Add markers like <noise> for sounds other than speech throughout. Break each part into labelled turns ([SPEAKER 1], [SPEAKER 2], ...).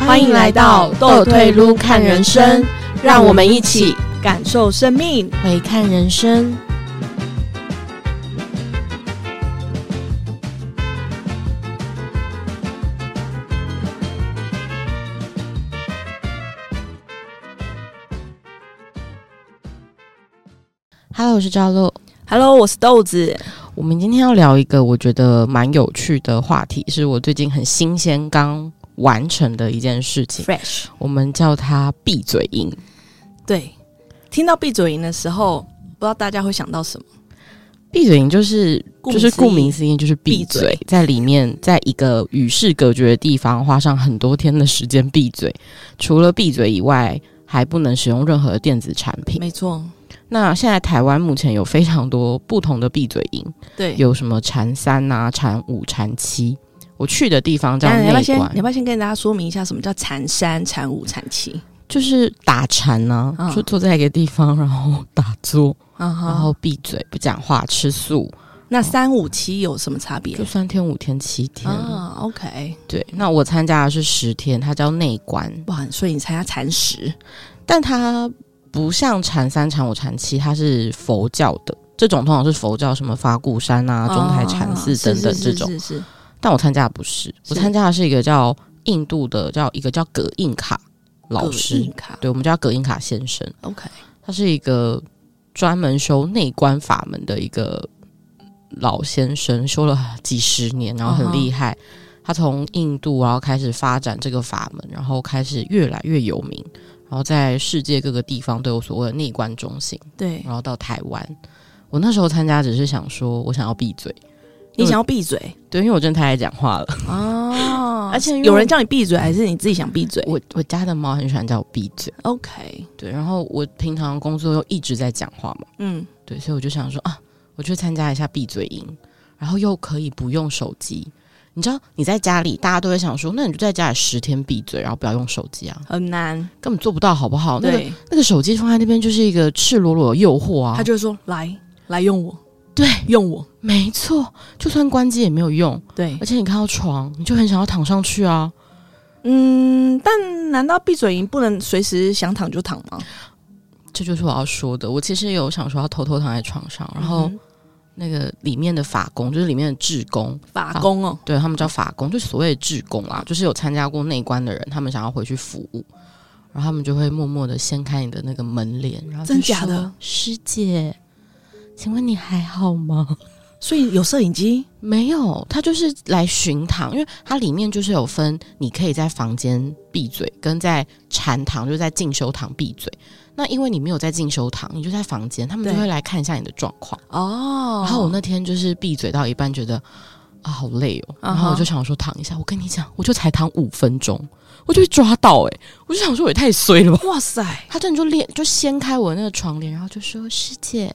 [SPEAKER 1] 欢迎来到斗退撸看人生，让我们一起
[SPEAKER 2] 感受生命。
[SPEAKER 1] 回看人生。Hello，我是赵露。
[SPEAKER 2] Hello，我是豆子。
[SPEAKER 1] 我们今天要聊一个我觉得蛮有趣的话题，是我最近很新鲜刚完成的一件事情。
[SPEAKER 2] Fresh，
[SPEAKER 1] 我们叫它“闭嘴音
[SPEAKER 2] 对，听到闭嘴营的时候，不知道大家会想到什么？”。
[SPEAKER 1] 闭嘴营就是
[SPEAKER 2] 顾
[SPEAKER 1] 就
[SPEAKER 2] 名
[SPEAKER 1] 是
[SPEAKER 2] 思
[SPEAKER 1] 顾
[SPEAKER 2] 义
[SPEAKER 1] 名思义就是闭
[SPEAKER 2] 闭
[SPEAKER 1] 嘴，
[SPEAKER 2] 嘴
[SPEAKER 1] 在里面在一个与世隔绝的地方花上很多天的时间闭嘴。除了闭嘴以外，还不能使用任何电子产品。
[SPEAKER 2] 没错，
[SPEAKER 1] 那现在台湾目前有非常多不同的闭嘴营，
[SPEAKER 2] 对。
[SPEAKER 1] 有什么禅三啊、禅五、禅七。我去的地方叫
[SPEAKER 2] 等一下你
[SPEAKER 1] 内
[SPEAKER 2] 要不要
[SPEAKER 1] 观，
[SPEAKER 2] 先，你要不要先跟大家说明一下什么叫禅山、禅五、禅七？
[SPEAKER 1] 就是打禅呢、啊，
[SPEAKER 2] 嗯
[SPEAKER 1] 就坐在一个地方，然后打坐，
[SPEAKER 2] 嗯
[SPEAKER 1] 然
[SPEAKER 2] 哼，
[SPEAKER 1] 后闭嘴不讲话，吃素，
[SPEAKER 2] 那三五七有什么差别
[SPEAKER 1] 就？三天五天七天。
[SPEAKER 2] 啊，OK，
[SPEAKER 1] 对，那我参加的是十天，它叫内观，
[SPEAKER 2] 哇，所以你参加禅食，
[SPEAKER 1] 但它不像禅三、禅五、禅七，它是佛教的。这种通常是佛教，什么法鼓山啊、中台禅寺
[SPEAKER 2] 啊
[SPEAKER 1] 等等
[SPEAKER 2] 是
[SPEAKER 1] 这
[SPEAKER 2] 是
[SPEAKER 1] 种。
[SPEAKER 2] 是是是
[SPEAKER 1] 但我参加的不是，我
[SPEAKER 2] 是
[SPEAKER 1] 参加的是一个叫印度的，叫一个叫葛印卡老
[SPEAKER 2] 葛
[SPEAKER 1] 师
[SPEAKER 2] 印，卡
[SPEAKER 1] 对我们叫葛印卡先生。
[SPEAKER 2] ，OK，
[SPEAKER 1] 他是一个专门修内观法门的一个老先生，修了几十年，然后很厉害。他从印度然后开始发展这个法门，然后开始越来越有名，然后在世界各个地方都有所谓的内观中心，
[SPEAKER 2] 对
[SPEAKER 1] 然后到台湾。我那时候参加只是想说，我想要闭嘴，
[SPEAKER 2] 你想要闭嘴
[SPEAKER 1] 对，因为我真的太爱讲话了。
[SPEAKER 2] 哦
[SPEAKER 1] 而且因为
[SPEAKER 2] 有人叫你闭嘴，还是你自己想闭嘴
[SPEAKER 1] <laughs> 我我家的猫很喜欢叫我闭嘴，
[SPEAKER 2] ？OK，
[SPEAKER 1] 对，然后我平常工作又一直在讲话嘛，
[SPEAKER 2] 嗯，
[SPEAKER 1] 对，所以我就想说啊，我去参加一下闭嘴营，然后又可以不用手机。你知道你在家里，大家都会想说，那你就在家里十天闭嘴，然后不要用手机啊，
[SPEAKER 2] 很难，
[SPEAKER 1] 根本做不到，好不好？那个
[SPEAKER 2] 对，
[SPEAKER 1] 那个手机放在那边就是一个赤裸裸的诱惑啊
[SPEAKER 2] 他。就会说来来用我，
[SPEAKER 1] 对，
[SPEAKER 2] 用我，
[SPEAKER 1] 没错，就算关机也没有用，
[SPEAKER 2] 对
[SPEAKER 1] 而，且你看到床，你就很想要躺上去啊。
[SPEAKER 2] 嗯，但难道闭嘴营不能随时想躺就躺吗？
[SPEAKER 1] 这就是我要说的。我其实有想说要偷偷躺在床上，然后
[SPEAKER 2] 嗯
[SPEAKER 1] 那个里面的法工，就是里面的志工，
[SPEAKER 2] 法工哦，
[SPEAKER 1] 对他们叫法工，就所谓的志工啦，就是有参加过内观的人，他们想要回去服务，然后他们就会默默的掀开你的那个门帘，然后就
[SPEAKER 2] 真假
[SPEAKER 1] 说
[SPEAKER 2] 的
[SPEAKER 1] 师姐，请问你还好吗？ <laughs>
[SPEAKER 2] 所以有摄影机，
[SPEAKER 1] 没有，他就是来巡堂，因为它里面就是有分，你可以在房间闭嘴，跟在禅堂，就是在进修堂闭嘴。那因为你没有在进修堂，你就在房间，他们就
[SPEAKER 2] 对
[SPEAKER 1] 会来看一下你的状况。
[SPEAKER 2] 哦
[SPEAKER 1] 然后我那天就是闭嘴到一半，觉得啊好累哦，然后我
[SPEAKER 2] 啊哈
[SPEAKER 1] 就想说躺一下。我跟你讲，我就才躺五分钟，我就被抓到哎、我就想说我也太衰了吧。 <laughs>
[SPEAKER 2] 哇塞，
[SPEAKER 1] 他真的就裂就掀开我那个床帘，然后就说：“师姐，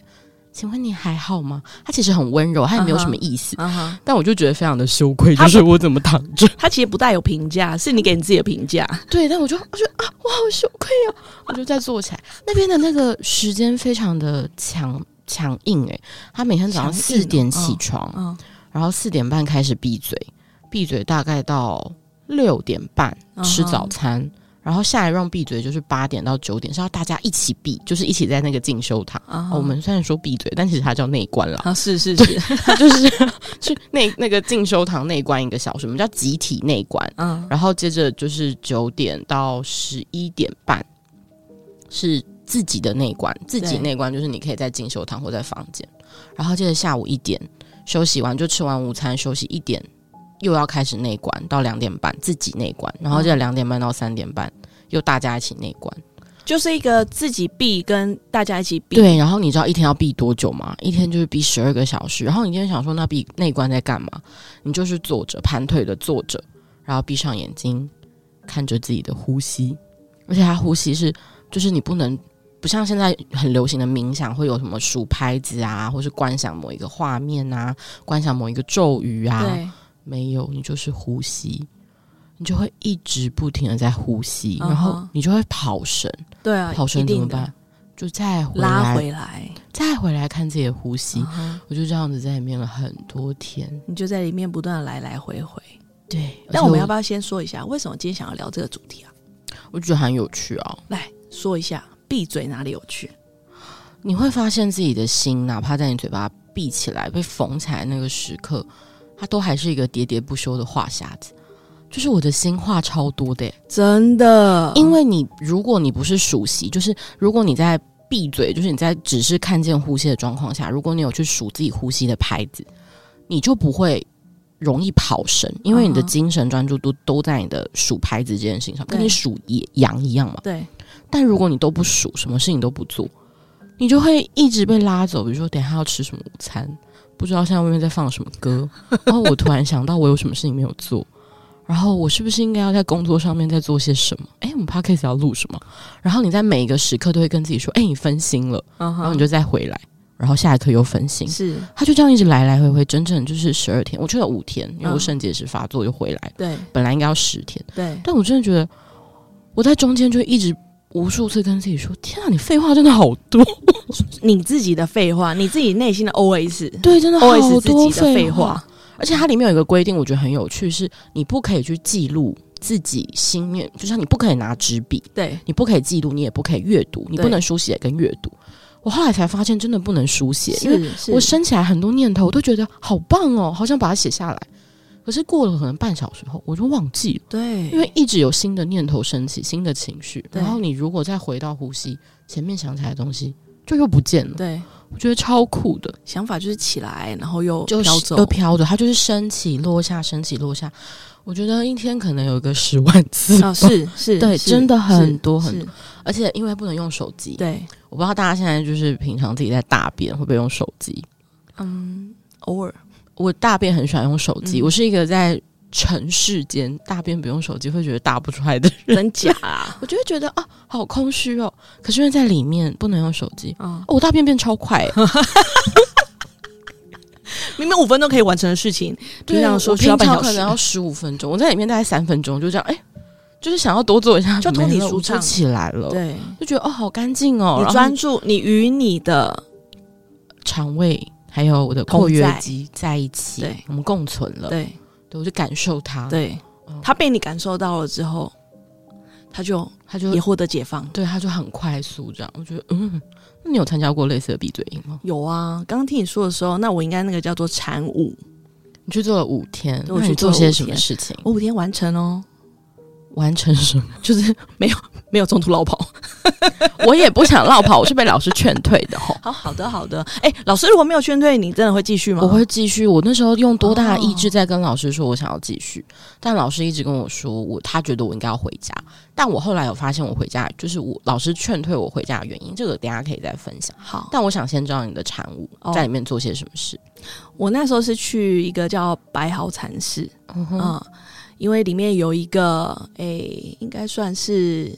[SPEAKER 1] 请问你还好吗？”他其实很温柔，他也没有
[SPEAKER 2] 啊哈
[SPEAKER 1] 什么意思
[SPEAKER 2] 啊哈，
[SPEAKER 1] 但我就觉得非常的羞愧，
[SPEAKER 2] 他
[SPEAKER 1] 就是我怎么躺着？
[SPEAKER 2] 他其实不带有评价，是你给你自己的评价，
[SPEAKER 1] 对，但我就我就啊，我好羞愧啊，我就再坐起来。那边的那个时间非常的强强硬诶、他每天早上
[SPEAKER 2] 强硬
[SPEAKER 1] 四点
[SPEAKER 2] 哦
[SPEAKER 1] 起床，
[SPEAKER 2] 嗯，
[SPEAKER 1] 然后四点半开始闭嘴，闭嘴大概到六点半
[SPEAKER 2] 嗯哼
[SPEAKER 1] 吃早餐然后下一 round 闭嘴就是八点到九点，是要大家一起闭，就是一起在那个进修堂。
[SPEAKER 2] 啊
[SPEAKER 1] 哦我们虽然说闭嘴，但其实它叫内观
[SPEAKER 2] <laughs>
[SPEAKER 1] 啦，
[SPEAKER 2] 啊是是是，
[SPEAKER 1] 它就是去内那个进修堂内观一个小时，我们叫集体内观。
[SPEAKER 2] 嗯，
[SPEAKER 1] 然后接着就是九点到十一点半是自己的内观，自己
[SPEAKER 2] 对
[SPEAKER 1] 内观就是你可以在进修堂或在房间。然后接着下午一点休息完就吃完午餐休息一点，又要开始内观到两点半自己内观，然后接着两点半到三点半又大家一起内观。
[SPEAKER 2] 就是一个自己闭跟大家一起闭，
[SPEAKER 1] 对，然后你知道一天要闭多久吗？一天就是闭十二个小时。然后你今天想说那闭内观在干嘛？你就是坐着盘腿的坐着，然后闭上眼睛，看着自己的呼吸，而且它呼吸是就是你不能。不像现在很流行的冥想，会有什么数拍子啊，或是观想某一个画面啊，观想某一个咒语啊，
[SPEAKER 2] 对，
[SPEAKER 1] 没有，你就是呼吸，你就会一直不停的在呼吸
[SPEAKER 2] 嗯哼
[SPEAKER 1] 然后你就会跑神，
[SPEAKER 2] 对啊，
[SPEAKER 1] 跑
[SPEAKER 2] 一
[SPEAKER 1] 神怎么
[SPEAKER 2] 定的
[SPEAKER 1] 办？就再回来
[SPEAKER 2] 拉回来，
[SPEAKER 1] 再回来看自己的呼吸，
[SPEAKER 2] 啊哈
[SPEAKER 1] 我就这样子在里面了很多天。
[SPEAKER 2] 你就在里面不断的来来回回，
[SPEAKER 1] 对，
[SPEAKER 2] 但我们要不
[SPEAKER 1] 把
[SPEAKER 2] 要先说一下，为什么今天想要聊这个主题啊？
[SPEAKER 1] 我觉得很有趣啊。
[SPEAKER 2] 来说一下，闭嘴哪里有趣？
[SPEAKER 1] 你会发现自己的心，哪怕在你嘴巴闭起来、被缝起来那个时刻，它都还是一个喋喋不休的话匣子。就是我的心话超多的耶，
[SPEAKER 2] 真的，
[SPEAKER 1] 因为你如果你不是熟悉，就是如果你在闭嘴，就是你在只是看见呼吸的状况下，如果你有去数自己呼吸的拍子，你就不会容易跑神，因为你的
[SPEAKER 2] 嗯哼
[SPEAKER 1] 精神专注度都在你的数拍子这件事情上，跟
[SPEAKER 2] 对
[SPEAKER 1] 你数野羊一样嘛。
[SPEAKER 2] 对，
[SPEAKER 1] 但如果你都不数，什么事情都不做，你就会一直被拉走。比如说，等一下要吃什么午餐，不知道现在外面在放什么歌，然后我突然想到我有什么事情没有做，然后我是不是应该要在工作上面再做些什么？哎，我们 podcast 要录什么？然后你在每一个时刻都会跟自己说，哎，你分心了，
[SPEAKER 2] 嗯
[SPEAKER 1] 然后
[SPEAKER 2] 哼
[SPEAKER 1] 你就再回来，然后下一刻又分心。
[SPEAKER 2] 是，
[SPEAKER 1] 他就这样一直来来回回，整整就是十二天，我去了五天，因为我肾结石发作又回来，
[SPEAKER 2] 对
[SPEAKER 1] 本来应该要十天，
[SPEAKER 2] 对，
[SPEAKER 1] 但我真的觉得我在中间就一直无数次跟自己说：“天啊，你废话真的好多，
[SPEAKER 2] <laughs> 你自己的废话，你自己内心的 OS，
[SPEAKER 1] 对，真的好
[SPEAKER 2] OS 自
[SPEAKER 1] 多
[SPEAKER 2] 己的废
[SPEAKER 1] 话。”。而且它里面有一个规定，我觉得很有趣，是你不可以去记录自己心面，就像你不可以拿纸笔，
[SPEAKER 2] 对，
[SPEAKER 1] 你不可以记录，你也不可以阅读，你
[SPEAKER 2] 对
[SPEAKER 1] 不能书写跟阅读。我后来才发现，真的不能书写，因为
[SPEAKER 2] 是是，
[SPEAKER 1] 我升起来很多念头，我都觉得好棒哦，好想把它写下来。可是过了可能半小时后，我就忘记了。
[SPEAKER 2] 对，
[SPEAKER 1] 因为一直有新的念头升起，新的情绪，
[SPEAKER 2] 对
[SPEAKER 1] 然后你如果再回到呼吸，前面想起来的东西就又不见了，
[SPEAKER 2] 对
[SPEAKER 1] 我觉得超酷的，
[SPEAKER 2] 想法就是起来，然后又
[SPEAKER 1] 就是
[SPEAKER 2] 飘走
[SPEAKER 1] 又，飘着，它就是升起落下，升起落下。我觉得一天可能有个十万次吧，
[SPEAKER 2] 啊，是
[SPEAKER 1] <laughs>
[SPEAKER 2] 是，
[SPEAKER 1] 对，
[SPEAKER 2] 是
[SPEAKER 1] 真的很多
[SPEAKER 2] 是
[SPEAKER 1] 很多，而且因为不能用手机，
[SPEAKER 2] 对，
[SPEAKER 1] 我不知道大家现在就是平常自己在大便会不会用手机？
[SPEAKER 2] 嗯，偶尔
[SPEAKER 1] 我大便很喜欢用手机，
[SPEAKER 2] 嗯
[SPEAKER 1] 我是一个在城市间大便不用手机会觉得大不出来的人。
[SPEAKER 2] 真假
[SPEAKER 1] <laughs>
[SPEAKER 2] 啊，
[SPEAKER 1] 我就会觉得啊，好空虚哦。可是因为在里面不能用手机，
[SPEAKER 2] 嗯，
[SPEAKER 1] 哦、我大便变超
[SPEAKER 2] <laughs>
[SPEAKER 1] 快、欸，
[SPEAKER 2] 明明五分钟可以完成的事情，
[SPEAKER 1] 对
[SPEAKER 2] 平常
[SPEAKER 1] 我
[SPEAKER 2] 说需
[SPEAKER 1] 平
[SPEAKER 2] 要半
[SPEAKER 1] 常
[SPEAKER 2] 小
[SPEAKER 1] 可
[SPEAKER 2] 时
[SPEAKER 1] 能，要十五分钟，我在里面大概三分钟就这样，哎、就是想要多做一下，
[SPEAKER 2] 就通体
[SPEAKER 1] 没了
[SPEAKER 2] 舒
[SPEAKER 1] 我就
[SPEAKER 2] 畅
[SPEAKER 1] 起来了，
[SPEAKER 2] 对，
[SPEAKER 1] 就觉得哦，好干净哦，
[SPEAKER 2] 你
[SPEAKER 1] 然后
[SPEAKER 2] 专注你与你的
[SPEAKER 1] 肠胃还有我的
[SPEAKER 2] 同
[SPEAKER 1] 括约
[SPEAKER 2] 在
[SPEAKER 1] 肌在一起，
[SPEAKER 2] 对
[SPEAKER 1] 我们共存了，
[SPEAKER 2] 对
[SPEAKER 1] 对，我就感受它，，
[SPEAKER 2] 对
[SPEAKER 1] 嗯，
[SPEAKER 2] 他被你感受到了之后，他就
[SPEAKER 1] 它就
[SPEAKER 2] 也获得解放。
[SPEAKER 1] 对，它就很快速这样，我觉得嗯，那你有参加过类似的闭嘴营吗？
[SPEAKER 2] 有啊，刚刚听你说的时候，那我应该那个叫做禅舞，
[SPEAKER 1] 你去做了五天，
[SPEAKER 2] 对我
[SPEAKER 1] 那
[SPEAKER 2] 去
[SPEAKER 1] 你做
[SPEAKER 2] 做了
[SPEAKER 1] 些
[SPEAKER 2] 五
[SPEAKER 1] 什么
[SPEAKER 2] 天
[SPEAKER 1] 事情？
[SPEAKER 2] 我五天完成哦，
[SPEAKER 1] 完成什么？
[SPEAKER 2] 就是没有没有中途落跑。
[SPEAKER 1] 我也不想落跑，我是被老师劝退的吼。
[SPEAKER 2] 好好的好的，哎、老师如果没有劝退你，真的会继续吗？
[SPEAKER 1] 我会继续，我那时候用多大的意志在跟老师说我想要继续，但老师一直跟我说我他觉得我应该要回家，但我后来有发现我回家就是我老师劝退我回家的原因，这个等一下可以再分享。
[SPEAKER 2] 好，
[SPEAKER 1] 但我想先知道你的产物、
[SPEAKER 2] 哦
[SPEAKER 1] 在里面做些什么事。
[SPEAKER 2] 我那时候是去一个叫白毫禅寺，
[SPEAKER 1] 嗯哼，
[SPEAKER 2] 嗯，因为里面有一个，哎、应该算是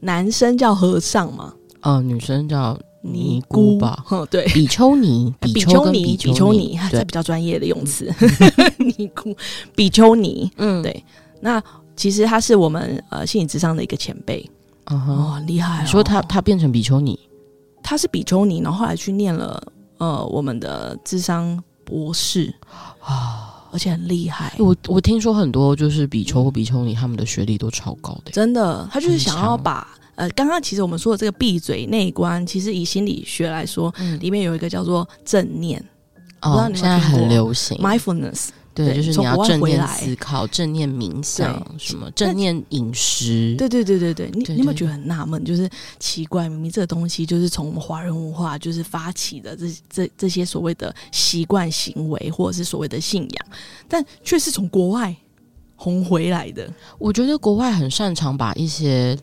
[SPEAKER 2] 男生叫和尚嘛，
[SPEAKER 1] 呃，女生叫尼姑
[SPEAKER 2] 姑 <laughs>
[SPEAKER 1] 吧，
[SPEAKER 2] 哼，对。
[SPEAKER 1] 比丘尼，
[SPEAKER 2] 比
[SPEAKER 1] 丘
[SPEAKER 2] 丘
[SPEAKER 1] 跟
[SPEAKER 2] 尼，
[SPEAKER 1] 比
[SPEAKER 2] 比丘
[SPEAKER 1] 尼
[SPEAKER 2] 尼，啊，这
[SPEAKER 1] 对，
[SPEAKER 2] 比较专业的用词， <laughs> 尼姑，比丘尼。
[SPEAKER 1] 嗯
[SPEAKER 2] 对那其实他是我们呃心理智商的一个前辈，
[SPEAKER 1] 嗯哼，
[SPEAKER 2] 哦，很厉害、哦。
[SPEAKER 1] 你说她她变成比丘尼，
[SPEAKER 2] 他是比丘尼，然后后来去念了呃我们的智商博士啊，而且很厉害，
[SPEAKER 1] 我我听说很多就是比丘或比丘尼他们的学历都超高的、
[SPEAKER 2] 真的，他就是想要
[SPEAKER 1] 很强
[SPEAKER 2] 把呃刚刚其实我们说的这个闭嘴内观，其实以心理学来说，
[SPEAKER 1] 嗯
[SPEAKER 2] 里面有一个叫做正念不知道
[SPEAKER 1] 哦，
[SPEAKER 2] 你有没有
[SPEAKER 1] 现在
[SPEAKER 2] 听
[SPEAKER 1] 很
[SPEAKER 2] 过
[SPEAKER 1] 流行
[SPEAKER 2] （mindfulness）。
[SPEAKER 1] 对，
[SPEAKER 2] 对
[SPEAKER 1] 就是你
[SPEAKER 2] 从
[SPEAKER 1] 要
[SPEAKER 2] 国外
[SPEAKER 1] 正
[SPEAKER 2] 回
[SPEAKER 1] 念
[SPEAKER 2] 来
[SPEAKER 1] 思考、正念冥想，什么
[SPEAKER 2] 但
[SPEAKER 1] 正念饮食，
[SPEAKER 2] 对对对对对，你
[SPEAKER 1] 对
[SPEAKER 2] 你有
[SPEAKER 1] 对
[SPEAKER 2] 没有觉得很纳闷？就是奇怪，明明这个东西就是从我们华人文化就是发起的这这这些所谓的习惯行为，或者是所谓的信仰，但却是从国外红回来的。
[SPEAKER 1] 我觉得国外很擅长把一些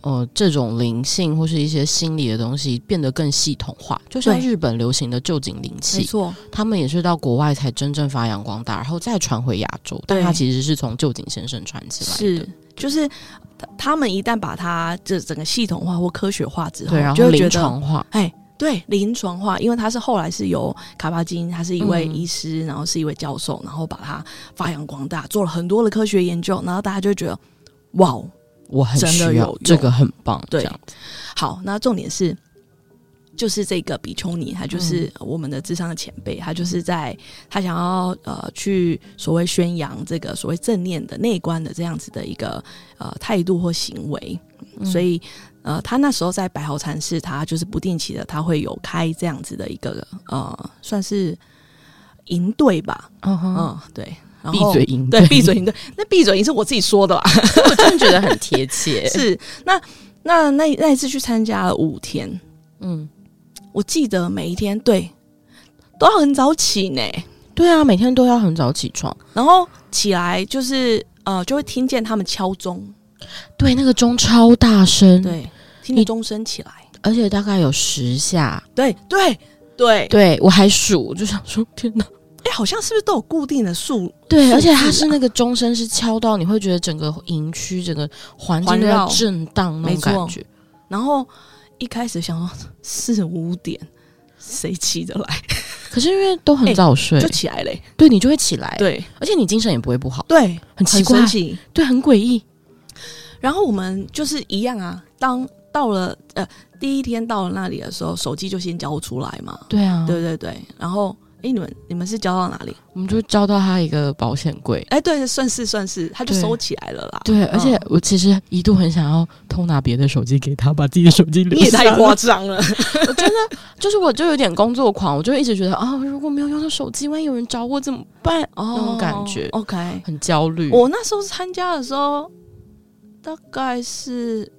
[SPEAKER 1] 呃这种灵性或是一些心理的东西变得更系统化，就像
[SPEAKER 2] 对
[SPEAKER 1] 日本流行的旧井灵
[SPEAKER 2] 没
[SPEAKER 1] 气，
[SPEAKER 2] 错，
[SPEAKER 1] 他们也是到国外才真正发扬光大，然后再传回亚洲，但
[SPEAKER 2] 对
[SPEAKER 1] 它其实是从旧井先生传起来的。
[SPEAKER 2] 是就是他他们一旦把它这整个系统化或科学化之后，
[SPEAKER 1] 对，然
[SPEAKER 2] 哦就
[SPEAKER 1] 后
[SPEAKER 2] 会觉
[SPEAKER 1] 临
[SPEAKER 2] 得
[SPEAKER 1] 床化，
[SPEAKER 2] 哎。对临床化，因为他是后来是由卡巴金，他是一位
[SPEAKER 1] 嗯
[SPEAKER 2] 医师，然后是一位教授，然后把它发扬光大，做了很多的科学研究，然后大家就会觉得，哇哦，
[SPEAKER 1] 我很
[SPEAKER 2] 真的
[SPEAKER 1] 需
[SPEAKER 2] 有
[SPEAKER 1] 要
[SPEAKER 2] 用
[SPEAKER 1] 这个很棒，
[SPEAKER 2] 对
[SPEAKER 1] 这样子
[SPEAKER 2] 好，那重点是，就是这个比丘尼，他
[SPEAKER 1] 嗯
[SPEAKER 2] 就是我们的智商的前辈，他就是在他想要呃去所谓宣扬这个所谓正念的内观的这样子的一个呃态度或行为，
[SPEAKER 1] 嗯
[SPEAKER 2] 所以呃他那时候在白毫禅寺，他就是不定期的他会有开这样子的一个呃算是营队吧，
[SPEAKER 1] 嗯哼，
[SPEAKER 2] 嗯对，然
[SPEAKER 1] 闭
[SPEAKER 2] 后
[SPEAKER 1] 嘴赢
[SPEAKER 2] 对闭嘴营队，那闭嘴营是我自己
[SPEAKER 1] <laughs>
[SPEAKER 2] 说的啦，
[SPEAKER 1] 我真的觉得很贴 <laughs> 切。
[SPEAKER 2] 是那那那那一次去参加了五天，
[SPEAKER 1] 嗯，
[SPEAKER 2] 我记得每一天对都要很早起呢，
[SPEAKER 1] 对啊，每天都要很早起床。
[SPEAKER 2] 然后起来就是呃，就会听见他们敲钟，
[SPEAKER 1] 对，那个钟超大声，，
[SPEAKER 2] 对，听
[SPEAKER 1] 你
[SPEAKER 2] 见钟声起来，
[SPEAKER 1] 而且大概有十下。
[SPEAKER 2] 对对对，哎、
[SPEAKER 1] 对我还数，我就想说， <laughs> 天哪！
[SPEAKER 2] 好像是不是都有固定的数？
[SPEAKER 1] 对，
[SPEAKER 2] 数
[SPEAKER 1] 而且它
[SPEAKER 2] 字
[SPEAKER 1] 是
[SPEAKER 2] 啊
[SPEAKER 1] 那个钟声是敲到，你会觉得整个营区、整个环境
[SPEAKER 2] 环
[SPEAKER 1] 都要
[SPEAKER 2] 绕
[SPEAKER 1] 震荡那
[SPEAKER 2] 没
[SPEAKER 1] 种感
[SPEAKER 2] 错
[SPEAKER 1] 觉。
[SPEAKER 2] 然后一开始想说四五点谁起得来，
[SPEAKER 1] 可是因为都很
[SPEAKER 2] 哎
[SPEAKER 1] 早睡，
[SPEAKER 2] 就起来嘞、
[SPEAKER 1] 对你就会起来，，
[SPEAKER 2] 对
[SPEAKER 1] 而且你精神也不会不好，
[SPEAKER 2] 对，
[SPEAKER 1] 很奇
[SPEAKER 2] 很
[SPEAKER 1] 怪
[SPEAKER 2] 神，奇。
[SPEAKER 1] 对，很诡异。
[SPEAKER 2] 然后我们就是一样啊，当到了呃第一天到了那里的时候，手机就先交出来嘛，
[SPEAKER 1] 对啊，
[SPEAKER 2] 对对对，然后。哎，你们你们是交到哪里？
[SPEAKER 1] 我们就交到他一个保险柜。
[SPEAKER 2] 哎，对，算是算是，他就
[SPEAKER 1] 对
[SPEAKER 2] 收起来了啦。
[SPEAKER 1] 对，而且
[SPEAKER 2] 嗯
[SPEAKER 1] 我其实一度很想要偷拿别的手机给他，把自己的手机留
[SPEAKER 2] 你也
[SPEAKER 1] 下
[SPEAKER 2] 太
[SPEAKER 1] 来
[SPEAKER 2] 夸张了，
[SPEAKER 1] 就是我就有点工作狂，我就一直觉得啊，如果没有用到手机，万一有人找我怎么办？<laughs>
[SPEAKER 2] 哦
[SPEAKER 1] 那种感觉嗯
[SPEAKER 2] OK，
[SPEAKER 1] 很焦虑。
[SPEAKER 2] 我那时候参加的时候，大概是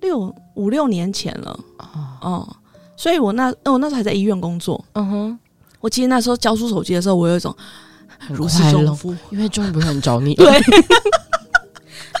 [SPEAKER 2] 六五六年前了，
[SPEAKER 1] 啊，
[SPEAKER 2] 哦、所以我那我那时候还在医院工作。
[SPEAKER 1] 嗯哼，
[SPEAKER 2] 我其实那时候交出手机的时候，我有一种
[SPEAKER 1] 很
[SPEAKER 2] 如释
[SPEAKER 1] 快乐
[SPEAKER 2] 重负。
[SPEAKER 1] 因为终于不会有人找你。
[SPEAKER 2] 对，
[SPEAKER 1] <laughs>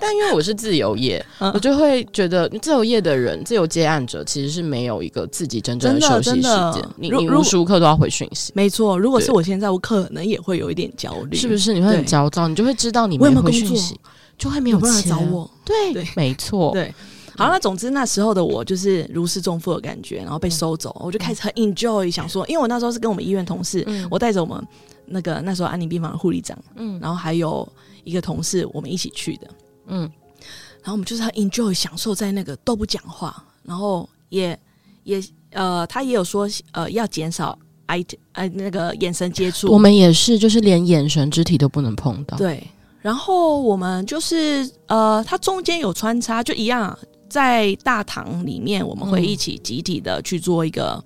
[SPEAKER 1] 但因为我是自由业，
[SPEAKER 2] 嗯
[SPEAKER 1] 我就会觉得嗯自由业的人、自由接案者其实是没有一个自己真正
[SPEAKER 2] 真的
[SPEAKER 1] 休息时
[SPEAKER 2] 真的
[SPEAKER 1] 间，你
[SPEAKER 2] 如
[SPEAKER 1] 你
[SPEAKER 2] 如
[SPEAKER 1] 无时无刻都要回讯息，
[SPEAKER 2] 没错，如果是
[SPEAKER 1] 对
[SPEAKER 2] 我现在，我可能也会有一点焦虑，
[SPEAKER 1] 是不？是？你会很
[SPEAKER 2] 对
[SPEAKER 1] 焦躁，你就会知道你
[SPEAKER 2] 我有
[SPEAKER 1] 没
[SPEAKER 2] 没有
[SPEAKER 1] 回
[SPEAKER 2] 工
[SPEAKER 1] 讯
[SPEAKER 2] 作
[SPEAKER 1] 息，就会没
[SPEAKER 2] 有没有人
[SPEAKER 1] 钱。啊
[SPEAKER 2] 找我？
[SPEAKER 1] 对，
[SPEAKER 2] 对
[SPEAKER 1] 没错，
[SPEAKER 2] 对。好，那总之那时候的我就是如释重负的感觉，然
[SPEAKER 1] 嗯
[SPEAKER 2] 后被收走，我就开始很 enjoy，想说，因为我那时候是跟我们医院同事，
[SPEAKER 1] 嗯
[SPEAKER 2] 我带着我们那个那时候安宁病房的护理长，
[SPEAKER 1] 嗯
[SPEAKER 2] 然后还有一个同事，我们一起去的，
[SPEAKER 1] 嗯，
[SPEAKER 2] 然后我们就是很 enjoy 享受在那个都不讲话，然后也也呃，他也有说呃要减少 eye t- 呃那个眼神接触，
[SPEAKER 1] 我们也是，就是连眼神、肢体都不能碰到。
[SPEAKER 2] 对，然后我们就是呃，它中间有穿插，就一样啊在大堂里面，我们会
[SPEAKER 1] 嗯
[SPEAKER 2] 一起集体的去做一个、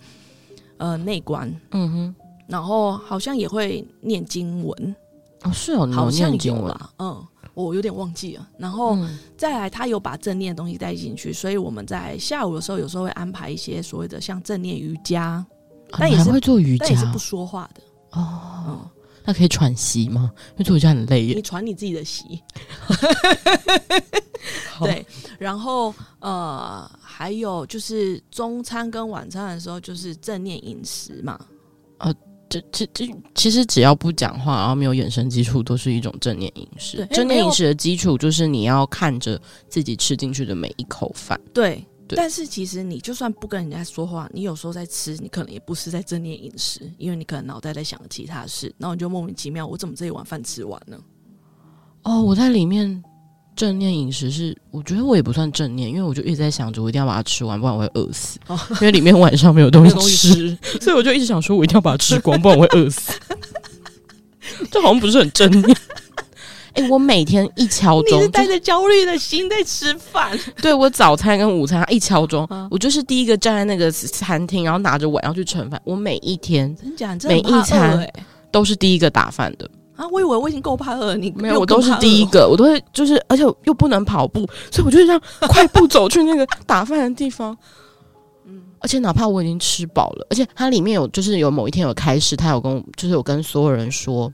[SPEAKER 2] 呃内观，
[SPEAKER 1] 嗯哼。
[SPEAKER 2] 然后好像也会念经文，
[SPEAKER 1] 哦，是哦，你有
[SPEAKER 2] 好像
[SPEAKER 1] 念经
[SPEAKER 2] 有
[SPEAKER 1] 文，
[SPEAKER 2] 啦，嗯。我有点忘记了，然后
[SPEAKER 1] 嗯
[SPEAKER 2] 再来，他有把正念的东西带进去，所以我们在下午的时候，有时候会安排一些所谓的像正念瑜伽，
[SPEAKER 1] 啊
[SPEAKER 2] 但
[SPEAKER 1] 你
[SPEAKER 2] 也
[SPEAKER 1] 还
[SPEAKER 2] 是
[SPEAKER 1] 会做瑜
[SPEAKER 2] 但也是
[SPEAKER 1] 伽
[SPEAKER 2] 不说话的。
[SPEAKER 1] 哦，
[SPEAKER 2] 嗯，
[SPEAKER 1] 那可以喘息吗？因为做瑜伽很累
[SPEAKER 2] 你
[SPEAKER 1] 耶。
[SPEAKER 2] 传你自己的习，
[SPEAKER 1] 好
[SPEAKER 2] 对，然后呃，还有就是中餐跟晚餐的时候，就是正念饮食嘛。
[SPEAKER 1] 这这这，其实只要不讲话，然后没有眼神接触，都是一种正念饮食
[SPEAKER 2] 对。
[SPEAKER 1] 正念
[SPEAKER 2] 哎没有
[SPEAKER 1] 饮食的基础就是你要看着自己吃进去的每一口饭。
[SPEAKER 2] 对，
[SPEAKER 1] 对
[SPEAKER 2] 但是其实你就算不跟人家说话，你有时候在吃，你可能也不是在正念饮食，因为你可能脑袋在想其他事，然后你就莫名其妙，我怎么这一碗饭吃完呢？
[SPEAKER 1] 哦，我在里面正念饮食是，我觉得我也不算正念，因为我就一直在想着我一定要把它吃完，不然我会饿死。
[SPEAKER 2] 哦
[SPEAKER 1] 因为里面晚上没有东
[SPEAKER 2] 没
[SPEAKER 1] 西
[SPEAKER 2] 有东西
[SPEAKER 1] 吃，所以我就一直想说我一定要把它吃光，不然我会饿死。 <laughs> 这好像不是很正
[SPEAKER 2] <laughs>
[SPEAKER 1] 念。哎、我每天一敲
[SPEAKER 2] 你
[SPEAKER 1] 钟
[SPEAKER 2] 是，带着焦虑的心在吃饭，
[SPEAKER 1] <laughs> 对我早餐跟午餐一敲钟，
[SPEAKER 2] 啊
[SPEAKER 1] 我就是第一个站在那个餐厅，然后拿着碗要去盛饭。我每一天
[SPEAKER 2] 真假？你真
[SPEAKER 1] 每
[SPEAKER 2] 的很怕
[SPEAKER 1] 一餐
[SPEAKER 2] 饿欸
[SPEAKER 1] 都是第一个打饭的，
[SPEAKER 2] 啊，我以为我已经够怕饿了，你
[SPEAKER 1] 没
[SPEAKER 2] 又
[SPEAKER 1] 有，我
[SPEAKER 2] 更
[SPEAKER 1] 都是
[SPEAKER 2] 怕
[SPEAKER 1] 第一
[SPEAKER 2] 饿哦。
[SPEAKER 1] 个，我都会就是，而且又不能跑步，所以我就
[SPEAKER 2] <laughs>
[SPEAKER 1] 这样快步走去那个打饭的地方。
[SPEAKER 2] 嗯
[SPEAKER 1] 而且哪怕我已经吃饱了，而且它里面有就是有某一天有开始，他有跟我就是有跟所有人说，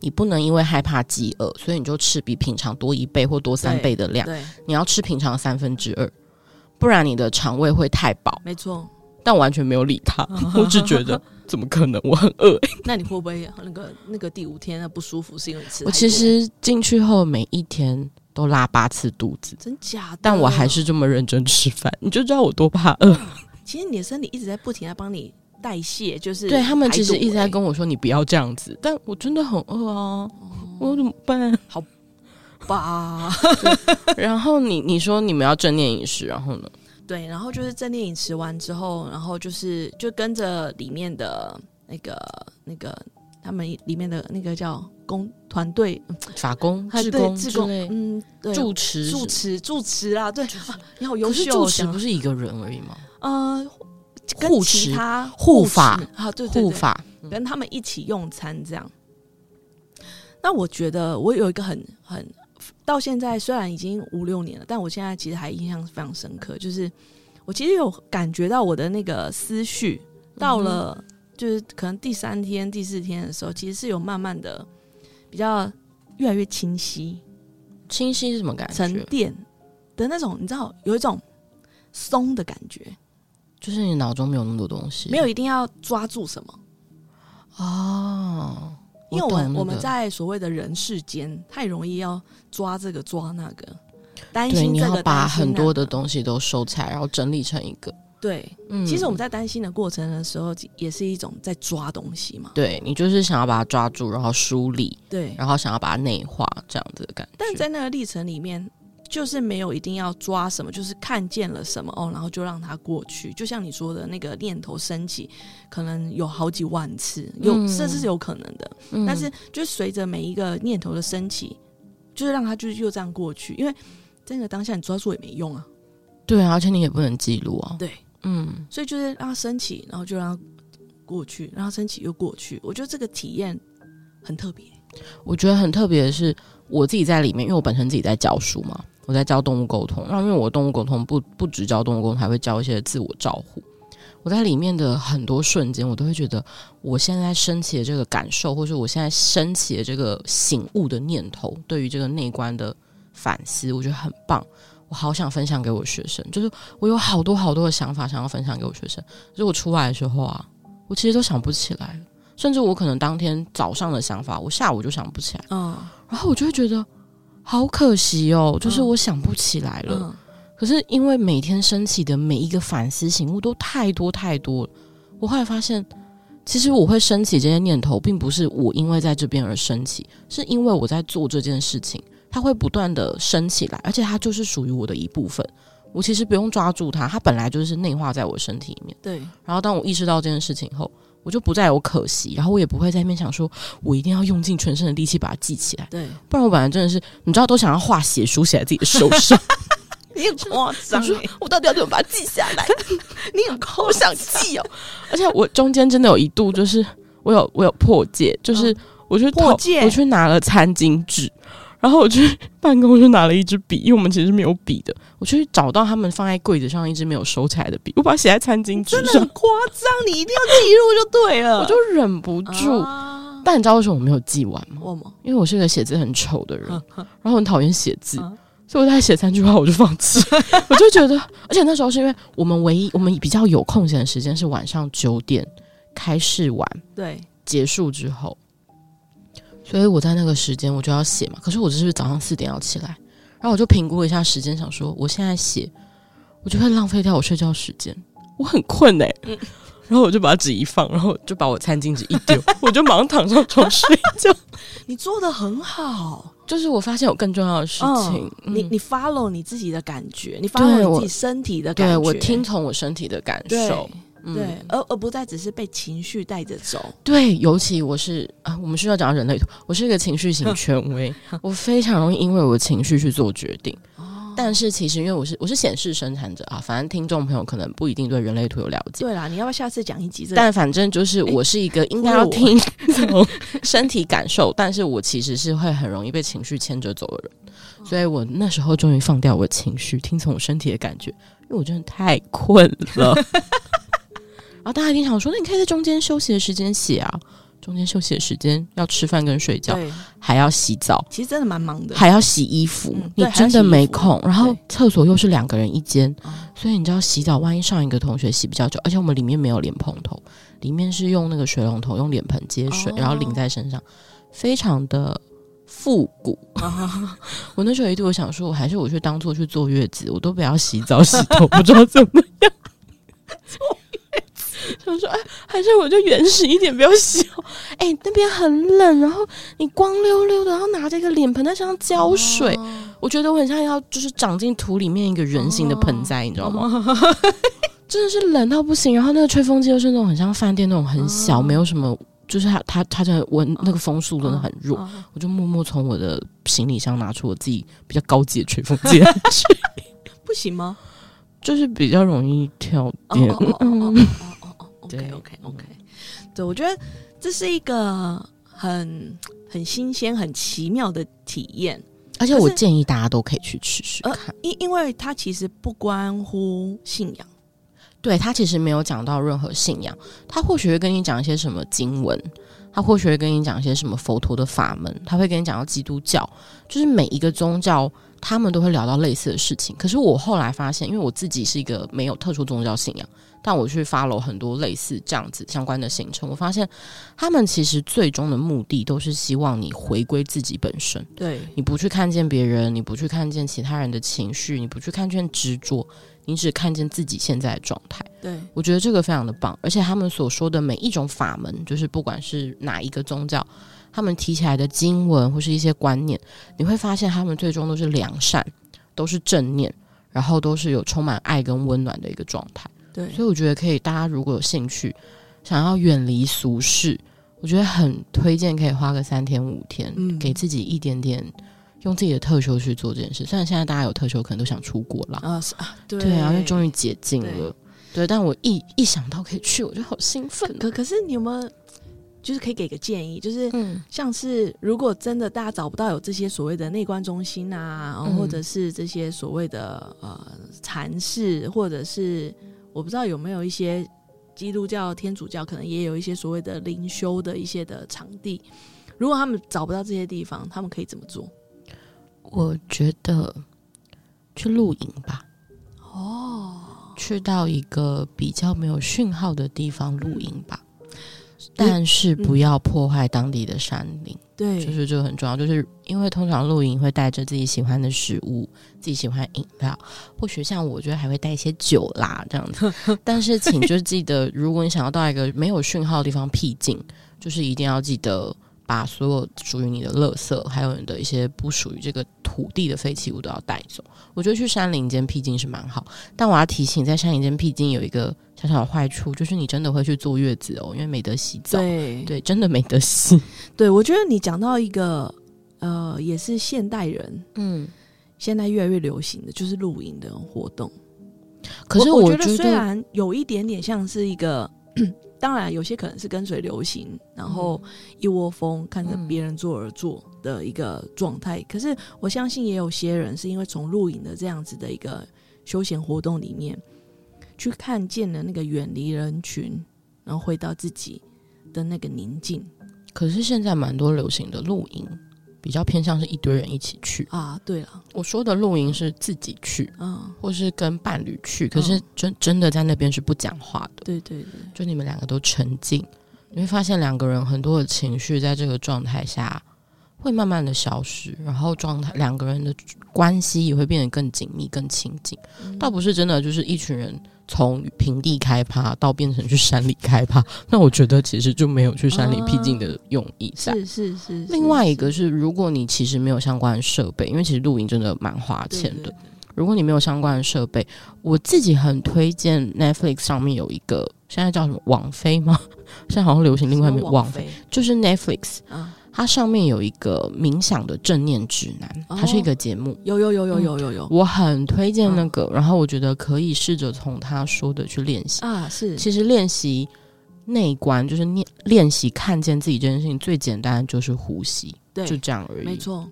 [SPEAKER 1] 你不能因为害怕饥饿，所以你就吃比平常多一倍或多三
[SPEAKER 2] 对
[SPEAKER 1] 倍的量，
[SPEAKER 2] 对，
[SPEAKER 1] 你要吃平常三分之二，不然你的肠胃会太饱。
[SPEAKER 2] 没错。
[SPEAKER 1] 但完全没有理
[SPEAKER 2] <laughs>
[SPEAKER 1] 他，我只觉得怎么可能？我很饿、
[SPEAKER 2] 那你会不会那个那个第五天的不舒服是因为你吃太多？
[SPEAKER 1] 我其实进去后每一天都拉八次肚子，
[SPEAKER 2] 真假的，
[SPEAKER 1] 但我还是这么认真吃饭，你就知道我多怕饿。
[SPEAKER 2] 嗯其实你的身体一直在不停的帮你代谢，就是
[SPEAKER 1] 对他们其实
[SPEAKER 2] 排毒
[SPEAKER 1] 一直在
[SPEAKER 2] 欸
[SPEAKER 1] 跟我说你不要这样子，但我真的很饿啊，
[SPEAKER 2] 嗯
[SPEAKER 1] 我怎么
[SPEAKER 2] <laughs>
[SPEAKER 1] 办？
[SPEAKER 2] 吧。
[SPEAKER 1] 然后你你说你们要正念饮食，然后呢？
[SPEAKER 2] <laughs> 对，然后就是正念饮食完之后，然后就是就跟着里面的那个那个他们里面的那个叫工团队，嗯
[SPEAKER 1] 法工、
[SPEAKER 2] 啊
[SPEAKER 1] 志
[SPEAKER 2] 对
[SPEAKER 1] 工
[SPEAKER 2] 志
[SPEAKER 1] 之
[SPEAKER 2] 工
[SPEAKER 1] 类，
[SPEAKER 2] 嗯，对，
[SPEAKER 1] 住持
[SPEAKER 2] 住
[SPEAKER 1] 是。
[SPEAKER 2] 持住持啊，对，啊你好优
[SPEAKER 1] 可是
[SPEAKER 2] 秀
[SPEAKER 1] 住
[SPEAKER 2] 哦，
[SPEAKER 1] 持
[SPEAKER 2] 这样
[SPEAKER 1] 不是一个人而已吗？
[SPEAKER 2] 呃，跟
[SPEAKER 1] 护
[SPEAKER 2] 其
[SPEAKER 1] 持
[SPEAKER 2] 他
[SPEAKER 1] 护
[SPEAKER 2] 持
[SPEAKER 1] 法
[SPEAKER 2] 啊，对对
[SPEAKER 1] 护
[SPEAKER 2] 对，
[SPEAKER 1] 法，
[SPEAKER 2] 跟他们一起用餐这样。那我觉得我有一个很很到现在虽然已经五六年了，但我现在其实还印象非常深刻，就是我其实有感觉到我的那个思绪到了，
[SPEAKER 1] 嗯
[SPEAKER 2] 就是可能第三天、第四天的时候，其实是有慢慢的比较越来越清晰，
[SPEAKER 1] 清晰是什么感
[SPEAKER 2] 沉
[SPEAKER 1] 觉？
[SPEAKER 2] 淀的那种，你知道有一种松的感觉，
[SPEAKER 1] 就是你脑中没有那么多东西，
[SPEAKER 2] 没有一定要抓住什么。
[SPEAKER 1] 哦。
[SPEAKER 2] 因为我们
[SPEAKER 1] 懂那
[SPEAKER 2] 我们
[SPEAKER 1] 个
[SPEAKER 2] 在所谓的人世间太容易要抓这个抓那个，担
[SPEAKER 1] 对，
[SPEAKER 2] 心
[SPEAKER 1] 你
[SPEAKER 2] 这
[SPEAKER 1] 要
[SPEAKER 2] 个啊
[SPEAKER 1] 把
[SPEAKER 2] 担心
[SPEAKER 1] 很
[SPEAKER 2] 那
[SPEAKER 1] 多
[SPEAKER 2] 个
[SPEAKER 1] 的东西都收起来，然后整理成一个。
[SPEAKER 2] 对。
[SPEAKER 1] 嗯，
[SPEAKER 2] 其实我们在担心的过程的时候，也是一种在抓东西嘛。
[SPEAKER 1] 对你就是想要把它抓住，然后梳理，
[SPEAKER 2] 对，
[SPEAKER 1] 然后想要把它内化这样子的感觉。
[SPEAKER 2] 但在那个历程里面，就是没有一定要抓什么，就是看见了什么哦，然后就让它过去。就像你说的那个念头升起，可能有好几万次，有、
[SPEAKER 1] 嗯
[SPEAKER 2] 这是有可能的。
[SPEAKER 1] 嗯
[SPEAKER 2] 但是就随着每一个念头的升起，就是让它就是又这样过去，因为真的当下你抓住也没用啊。
[SPEAKER 1] 对啊，而且你也不能记录啊。
[SPEAKER 2] 对，
[SPEAKER 1] 嗯，
[SPEAKER 2] 所以就是让它升起，然后就让它过去，让它升起又过去。我觉得这个体验很特别。
[SPEAKER 1] 我觉得很特别的是，我自己在里面，因为我本身自己在教书嘛，我在教动物沟通。那因为我动物沟通不不只教动物沟通，还会教一些自我照护。我在里面的很多瞬间，我都会觉得我现在升起的这个感受，或是我现在升起的这个醒悟的念头，对于这个内观的反思，我觉得很棒。我好想分享给我学生，就是我有好多好多的想法想要分享给我学生，可是我出来的时候啊，我其实都想不起来了，甚至我可能当天早上的想法，我下午就想不起来，
[SPEAKER 2] 嗯
[SPEAKER 1] 然后我就会觉得好可惜哦，就是
[SPEAKER 2] 嗯
[SPEAKER 1] 我想不起来了。
[SPEAKER 2] 嗯，
[SPEAKER 1] 可是因为每天升起的每一个反思醒悟都太多太多了，我后来发现，其实我会升起这些念头，并不是我因为在这边而升起，是因为我在做这件事情，它会不断的升起来，而且它就是属于我的一部分。我其实不用抓住它，它本来就是内化在我身体里面。
[SPEAKER 2] 对，
[SPEAKER 1] 然后当我意识到这件事情后，我就不再有可惜，然后我也不会在那边想说，我一定要用尽全身的力气把它记起来，
[SPEAKER 2] 对，
[SPEAKER 1] 不然我本来真的是，你知道，都想要画血书写在自己的手
[SPEAKER 2] <laughs>
[SPEAKER 1] 上，
[SPEAKER 2] 你很夸张
[SPEAKER 1] 我说
[SPEAKER 2] 欸
[SPEAKER 1] 我到底要怎么把它记下来？
[SPEAKER 2] 你很夸
[SPEAKER 1] 我想记哦，而且我中间真的有一度就是我有我有破戒，就是我去偷
[SPEAKER 2] 嗯破戒
[SPEAKER 1] 我去拿了餐巾纸。然后我 <laughs> 去办公室拿了一支笔，因为我们其实是没有笔的。我去找到他们放在柜子上一支没有收起来的笔，我把它写在餐巾纸
[SPEAKER 2] 真的
[SPEAKER 1] 上
[SPEAKER 2] 很，夸张，你一定要记录就对了。
[SPEAKER 1] 我就忍不住。
[SPEAKER 2] 啊
[SPEAKER 1] 但你知道为什么我没有记完吗？
[SPEAKER 2] 我吗？
[SPEAKER 1] 因为我是个写字很丑的人，
[SPEAKER 2] 嗯
[SPEAKER 1] 然后很讨厌写字，
[SPEAKER 2] 嗯
[SPEAKER 1] 所以我大概写三句话我就放弃， <laughs> 我就觉得，而且那时候是因为我们唯一我们比较有空闲的时间是晚上九点开试完
[SPEAKER 2] 对，
[SPEAKER 1] 结束之后，所以我在那个时间我就要写嘛。可是我只是早上四点要起来，然后我就评估了一下时间，想说我现在写，我就会浪费掉我睡觉时间，我很困哎、然后我就把纸一放，然后就把我餐巾纸一丢， <laughs> 我就马上躺上床睡觉。
[SPEAKER 2] 你做的很好。
[SPEAKER 1] 就是我发现有更重要的事情，嗯
[SPEAKER 2] 你你 follow 你自己的感觉，你
[SPEAKER 1] 对
[SPEAKER 2] follow 你
[SPEAKER 1] 我
[SPEAKER 2] 自己身体的感
[SPEAKER 1] 对
[SPEAKER 2] 觉。
[SPEAKER 1] 我听从我身体的感
[SPEAKER 2] 对
[SPEAKER 1] 受，嗯
[SPEAKER 2] 对，而而不再只是被情绪带着走。
[SPEAKER 1] 对，尤其我是啊，我们需要讲到人类图，我是一个情绪型权威，我非常容易因为我的情绪去做决定。但是其实因为我是我是显示生产者啊，反正听众朋友可能不一定对人类图有了解，
[SPEAKER 2] 对啦，你要不要下次讲一集这个？
[SPEAKER 1] 但反正就是我是一个应该
[SPEAKER 2] 忽略
[SPEAKER 1] 要
[SPEAKER 2] 我 <laughs>
[SPEAKER 1] 听从 <laughs> 身体感受，但是我其实是会很容易被情绪牵着走的
[SPEAKER 2] 哦
[SPEAKER 1] 人，所以我那时候终于放掉我的情绪，听从我身体的感觉，因为我真的太困了。 <laughs> 然后大家一定想说，那你可以在中间休息的时间写啊，中间休息的时间要吃饭跟睡觉，
[SPEAKER 2] 对，
[SPEAKER 1] 还要洗澡，
[SPEAKER 2] 其实真的蛮忙的。
[SPEAKER 1] 还要洗衣服，
[SPEAKER 2] 嗯
[SPEAKER 1] 你
[SPEAKER 2] 对还要
[SPEAKER 1] 真的
[SPEAKER 2] 洗衣
[SPEAKER 1] 没
[SPEAKER 2] 服
[SPEAKER 1] 空。然后
[SPEAKER 2] 对
[SPEAKER 1] 厕所又是两个人一间，
[SPEAKER 2] 哦
[SPEAKER 1] 所以你知道洗澡，万一上一个同学洗比较久，而且我们里面没有脸盆头，里面是用那个水龙头用脸盆接水，
[SPEAKER 2] 哦
[SPEAKER 1] 然后淋在身上，非常的复古。我那时候有一度我想说，我还是我去当做去坐月子，我都不要洗澡洗头，不知道怎么 <laughs> 样。坐月子，想说哎，还是我就原始一点，不要洗好 <laughs> 哎、那边很冷，然后你光溜溜的，然后拿着一个脸盆在身上浇水，
[SPEAKER 2] 哦
[SPEAKER 1] 我觉得我很像要就是长进土里面一个人形的盆栽，你知道吗？
[SPEAKER 2] 哦
[SPEAKER 1] <laughs> 真的是冷到不行，然后那个吹风机又是那种很像饭店那种很小，
[SPEAKER 2] 嗯
[SPEAKER 1] 没有什么，就是它它它的温那个风速真的很弱，
[SPEAKER 2] 哦
[SPEAKER 1] 我就默默从我的行李箱拿出我自己比较高级的吹风
[SPEAKER 2] <laughs>
[SPEAKER 1] 机来吹，
[SPEAKER 2] 不行吗？
[SPEAKER 1] 就是比较容易跳
[SPEAKER 2] 哦
[SPEAKER 1] 电。
[SPEAKER 2] 哦哦哦哦哦
[SPEAKER 1] 对
[SPEAKER 2] ，OK OK OK，对我觉得这是一个很很新鲜、很奇妙的体验，
[SPEAKER 1] 而且我
[SPEAKER 2] 可是呃
[SPEAKER 1] 建议大家都可以去试试看。
[SPEAKER 2] 因因为它其实不关乎信仰，
[SPEAKER 1] 对他其实没有讲到任何信仰，他或许会跟你讲一些什么经文，他或许会跟你讲一些什么佛陀的法门，他会跟你讲到基督教，就是每一个宗教他们都会聊到类似的事情。可是我后来发现，因为我自己是一个没有特殊宗教信仰，但我去 follow 很多类似这样子相关的行程，我发现他们其实最终的目的都是希望你回归自己本身。
[SPEAKER 2] 对
[SPEAKER 1] 你不去看见别人，你不去看见其他人的情绪，你不去看见执着，你只看见自己现在的状态。
[SPEAKER 2] 对
[SPEAKER 1] 我觉得这个非常的棒，而且他们所说的每一种法门，就是不管是哪一个宗教，他们提起来的经文或是一些观念，你会发现他们最终都是良善，都是正念，然后都是有充满爱跟温暖的一个状态。
[SPEAKER 2] 对
[SPEAKER 1] 所以我觉得可以，大家如果有兴趣，想要远离俗世，我觉得很推荐可以花个三天五天，
[SPEAKER 2] 嗯
[SPEAKER 1] 给自己一点点用自己的特休去做这件事。虽然现在大家有特休，可能都想出国啦，
[SPEAKER 2] 啊是啊，对
[SPEAKER 1] 对啊，因为
[SPEAKER 2] 于。
[SPEAKER 1] 终于解禁
[SPEAKER 2] 对
[SPEAKER 1] 了。对，但我一一想到可以去，我就好兴奋哦。
[SPEAKER 2] 可可是你有没有就是可以给个建议，就是
[SPEAKER 1] 嗯，
[SPEAKER 2] 像是如果真的大家找不到有这些所谓的内观中心啊，然后
[SPEAKER 1] 嗯
[SPEAKER 2] 或者是这些所谓的呃禅室，或者是我不知道有没有一些基督教、天主教可能也有一些所谓的灵修的一些的场地。如果他们找不到这些地方，他们可以怎么做？
[SPEAKER 1] 我觉得去露营吧，
[SPEAKER 2] 哦，
[SPEAKER 1] 去到一个比较没有讯号的地方露营吧，但是
[SPEAKER 2] 嗯
[SPEAKER 1] 不要破坏当地的山林。
[SPEAKER 2] 对，
[SPEAKER 1] 就是这个很重要，就是因为通常露营会带着自己喜欢的食物、自己喜欢饮料，或许像我觉得还会带一些酒啦这样子。但是请就是记得，如果你想要到一个没有讯号的地方僻静，就是一定要记得把所有属于你的垃圾，还有你的一些不属于这个土地的废弃物都要带走。我觉得去山林间僻静是蛮好，但我要提醒，在山林间僻静有一个小小的坏处，就是你真的会去坐月子哦，因为没得洗澡。
[SPEAKER 2] 对
[SPEAKER 1] 对，真的没得洗。
[SPEAKER 2] 对，我觉得你讲到一个呃，也是现代人
[SPEAKER 1] 嗯。
[SPEAKER 2] 现在越来越流行的，就是露营的活动。
[SPEAKER 1] 可是
[SPEAKER 2] 我
[SPEAKER 1] 我
[SPEAKER 2] 觉得虽然有一点点像是一个， <clears throat> 当然有些可能是跟随流行，然后一窝蜂看着别人做而做的一个状态。可是我相信也有些人是因为从露营的这样子的一个休闲活动里面，去看见了那个远离人群，然后回到自己的那个宁静
[SPEAKER 1] 可是现在蛮多流行的露营，比较偏向是一堆人一起去。
[SPEAKER 2] 啊。对了，
[SPEAKER 1] 我说的露营是自己去，
[SPEAKER 2] 嗯，
[SPEAKER 1] 或是跟伴侣去，可是真、真的在那边是不讲话的，
[SPEAKER 2] 对对对，
[SPEAKER 1] 就你们两个都沉浸，你会发现两个人很多的情绪在这个状态下会慢慢的消失，然后状态两个人的关系也会变得更紧密、更亲近。
[SPEAKER 2] 嗯
[SPEAKER 1] 倒不是真的就是一群人从平地开趴到变成去山里开趴，那我觉得其实就没有去山里僻静的用意在。
[SPEAKER 2] 啊是是是。是
[SPEAKER 1] 啊另外一
[SPEAKER 2] 是
[SPEAKER 1] 个是，如果你其实没有相关的设备，因为其实露营真的蛮花
[SPEAKER 2] 对
[SPEAKER 1] 钱的。
[SPEAKER 2] 对对
[SPEAKER 1] 如果你没有相关的设备，我自己很推荐 Netflix 上面有一个，现在叫什么网飞吗？现在好像流行另外一
[SPEAKER 2] 什
[SPEAKER 1] 面
[SPEAKER 2] 么
[SPEAKER 1] 网
[SPEAKER 2] 网
[SPEAKER 1] 飞，
[SPEAKER 2] 飞
[SPEAKER 1] 就是 Netflix，
[SPEAKER 2] 啊，
[SPEAKER 1] 它上面有一个冥想的正念指南，它是一
[SPEAKER 2] 哦
[SPEAKER 1] 个节目。
[SPEAKER 2] 有有有有有有有
[SPEAKER 1] 我很推荐
[SPEAKER 2] 嗯
[SPEAKER 1] 那个，然后我觉得可以试着从他说的去练习。
[SPEAKER 2] 啊，是
[SPEAKER 1] 其实练习内观，就是练练习看见自己这件事情，最简单的就是呼吸，
[SPEAKER 2] 对，
[SPEAKER 1] 就这样而已。
[SPEAKER 2] 没错，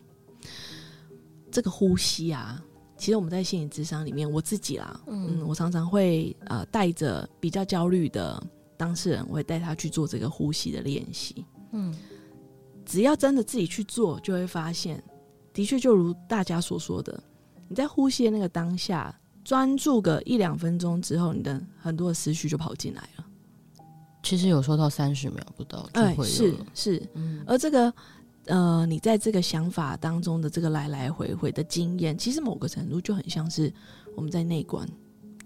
[SPEAKER 2] 这个呼吸啊，其实我们在心理智商里面，我自己啦，嗯，我常常会呃带着比较焦虑的当事人，我会带他去做这个呼吸的练习。
[SPEAKER 1] 嗯，
[SPEAKER 2] 只要真的自己去做，就会发现，的确就如大家所说的，你在呼吸的那个当下，专注个一两分钟之后，你的很多的思绪就跑进来了。
[SPEAKER 1] 其实有时候到三十秒不到就会有了
[SPEAKER 2] 哎是是，
[SPEAKER 1] 嗯
[SPEAKER 2] 而这个呃，你在这个想法当中的这个来来回回的经验，其实某个程度就很像是我们在内观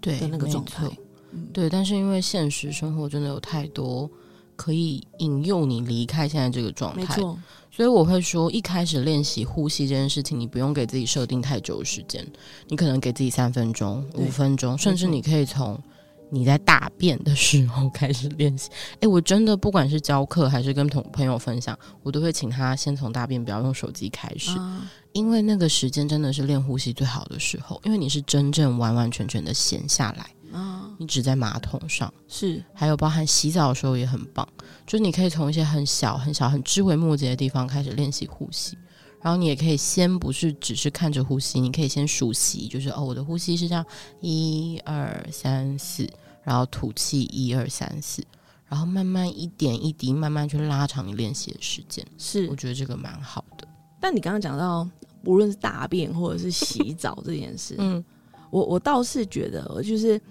[SPEAKER 1] 对
[SPEAKER 2] 的那个
[SPEAKER 1] 没
[SPEAKER 2] 状态
[SPEAKER 1] 错。
[SPEAKER 2] 嗯
[SPEAKER 1] 对，但是因为现实生活真的有太多可以引诱你离开现在这个状
[SPEAKER 2] 没
[SPEAKER 1] 态。
[SPEAKER 2] 错，
[SPEAKER 1] 所以我会说，一开始练习呼吸这件事情，你不用给自己设定太久的时间，你可能给自己三分钟、
[SPEAKER 2] 对
[SPEAKER 1] 五分钟，甚至
[SPEAKER 2] 没错
[SPEAKER 1] 你可以从你在大便的时候开始练习。诶，我真的不管是教课还是跟同朋友分享，我都会请他先从大便，不要用手机开始，
[SPEAKER 2] 啊
[SPEAKER 1] 因为那个时间真的是练呼吸最好的时候，因为你是真正完完全全的闲下来，
[SPEAKER 2] 啊，
[SPEAKER 1] 你只在马桶上。
[SPEAKER 2] 是
[SPEAKER 1] 还有包含洗澡的时候也很棒，就是你可以从一些很小、很小、很枝微末节的地方开始练习呼吸，然后你也可以先不是只是看着呼吸，你可以先数息，就是哦，我的呼吸是这样，一二三四，然后吐气一二三四，然后慢慢一点一滴，慢慢去拉长你练习的时间，
[SPEAKER 2] 是
[SPEAKER 1] 我，觉得这个蛮好的。
[SPEAKER 2] 但你刚刚讲到，无论是大便或者是洗澡这件事，
[SPEAKER 1] 嗯，
[SPEAKER 2] 我我倒是觉得，就是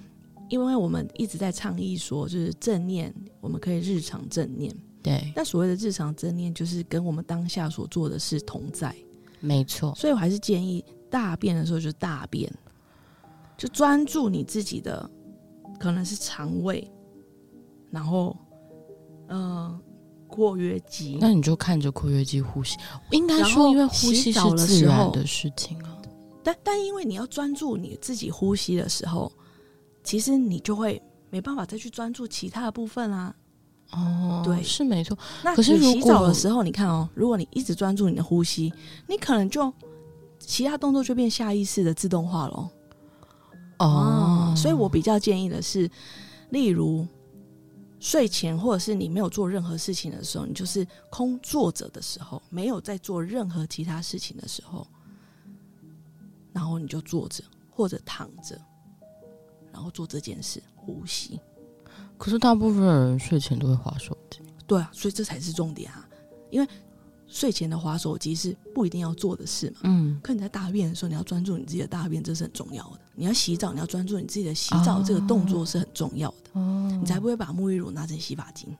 [SPEAKER 2] 因为我们一直在倡议说，就是正念，我们可以日常正念。
[SPEAKER 1] 对，
[SPEAKER 2] 但所谓的日常正念，就是跟我们当下所做的事同在。
[SPEAKER 1] 没错，
[SPEAKER 2] 所以我还是建议，大便的时候就大便，就专注你自己的，可能是肠胃，然后，嗯、括约肌。
[SPEAKER 1] 那你就看着括约肌呼吸，应该
[SPEAKER 2] 然
[SPEAKER 1] 说，
[SPEAKER 2] 后
[SPEAKER 1] 因为呼吸
[SPEAKER 2] 洗
[SPEAKER 1] 是
[SPEAKER 2] 澡的
[SPEAKER 1] 自
[SPEAKER 2] 时
[SPEAKER 1] 然
[SPEAKER 2] 候
[SPEAKER 1] 的事情啊。
[SPEAKER 2] 但但因为你要专注你自己呼吸的时候，其实你就会没办法再去专注其他的部分啦、
[SPEAKER 1] 哦，
[SPEAKER 2] 对
[SPEAKER 1] 是没错，
[SPEAKER 2] 那
[SPEAKER 1] 可是
[SPEAKER 2] 你
[SPEAKER 1] 如
[SPEAKER 2] 洗澡
[SPEAKER 1] 果
[SPEAKER 2] 的时候，你看哦，如果你一直专注你的呼吸，你可能就其他动作就变下意识的自动化了。
[SPEAKER 1] 哦，
[SPEAKER 2] 所以我比较建议的是，例如睡前或者是你没有做任何事情的时候，你就是空坐着的时候，没有在做任何其他事情的时候，然后你就坐着或者躺着，然后做这件事，呼吸。
[SPEAKER 1] 可是大部分的人睡前都会划手机。
[SPEAKER 2] 对啊，所以这才是重点啊，因为睡前的滑手机是不一定要做的事嘛。
[SPEAKER 1] 嗯，
[SPEAKER 2] 可你在大便的时候，你要专注你自己的大便，这是很重要的。你要洗澡，你要专注你自己的洗澡这个动作是很重要的，你才不会把沐浴乳拿成洗发精。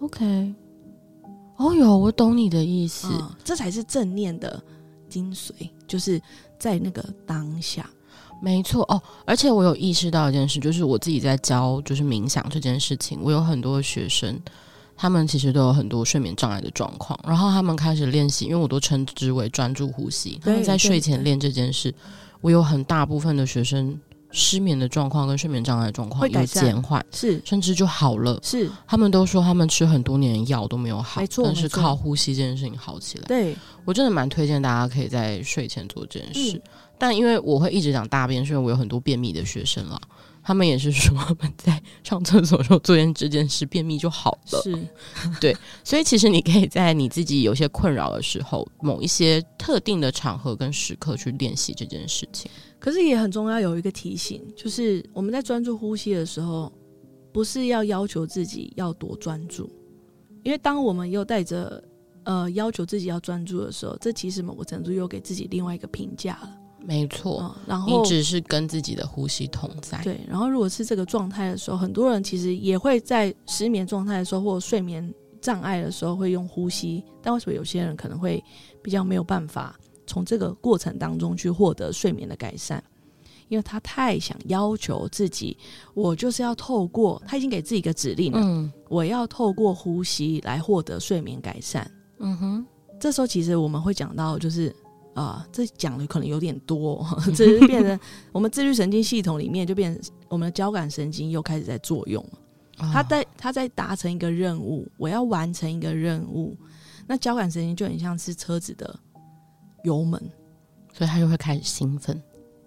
[SPEAKER 1] OK。哦哟，我懂你的意思。
[SPEAKER 2] 嗯，这才是正念的精髓，就是在那个当下。
[SPEAKER 1] 没错哦，而且我有意识到一件事，就是我自己在教就是冥想这件事情，我有很多学生，他们其实都有很多睡眠障碍的状况，然后他们开始练习，因为我都称之为专注呼吸。他
[SPEAKER 2] 对
[SPEAKER 1] 们在睡前
[SPEAKER 2] 对
[SPEAKER 1] 练这件事，我有很大部分的学生失眠的状况跟睡眠障碍的状况
[SPEAKER 2] 会改
[SPEAKER 1] 有
[SPEAKER 2] 善
[SPEAKER 1] 减缓，
[SPEAKER 2] 是
[SPEAKER 1] 甚至就好了。
[SPEAKER 2] 是，
[SPEAKER 1] 他们都说他们吃很多年的药都没有好，
[SPEAKER 2] 没错
[SPEAKER 1] 但是
[SPEAKER 2] 没错
[SPEAKER 1] 靠呼吸这件事情好起来。
[SPEAKER 2] 对，
[SPEAKER 1] 我真的蛮推荐大家可以在睡前做这件事，
[SPEAKER 2] 嗯
[SPEAKER 1] 但因为我会一直讲大便，是因为我有很多便秘的学生啦，他们也是说他们在上厕所的时候做件这件事，便秘就好了。
[SPEAKER 2] 是
[SPEAKER 1] 所以其实你可以在你自己有些困扰的时候，某一些特定的场合跟时刻去练习这件事情。
[SPEAKER 2] 可是也很重要有一个提醒，就是我们在专注呼吸的时候，不是要要求自己要多专注，因为当我们又带着呃要求自己要专注的时候，这其实某个程度又给自己另外一个评价了。
[SPEAKER 1] 没错，
[SPEAKER 2] 嗯，然后
[SPEAKER 1] 你只是跟自己的呼吸同在。
[SPEAKER 2] 对，然后如果是这个状态的时候，很多人其实也会在失眠状态的时候或睡眠障碍的时候会用呼吸，但为什么有些人可能会比较没有办法从这个过程当中去获得睡眠的改善？因为他太想要求自己，我就是要透过他已经给自己一个指令了，
[SPEAKER 1] 嗯
[SPEAKER 2] 我要透过呼吸来获得睡眠改善。
[SPEAKER 1] 嗯哼，
[SPEAKER 2] 这时候其实我们会讲到，就是啊、这讲的可能有点多 <laughs> 哦，这
[SPEAKER 1] <laughs>
[SPEAKER 2] 是变成我们自律神经系统里面就变成我们的交感神经又开始在作用了。它
[SPEAKER 1] 啊
[SPEAKER 2] 在它在达成一个任务，我要完成一个任务，那交感神经就很像是车子的油门，
[SPEAKER 1] 所以他就会开始兴奋。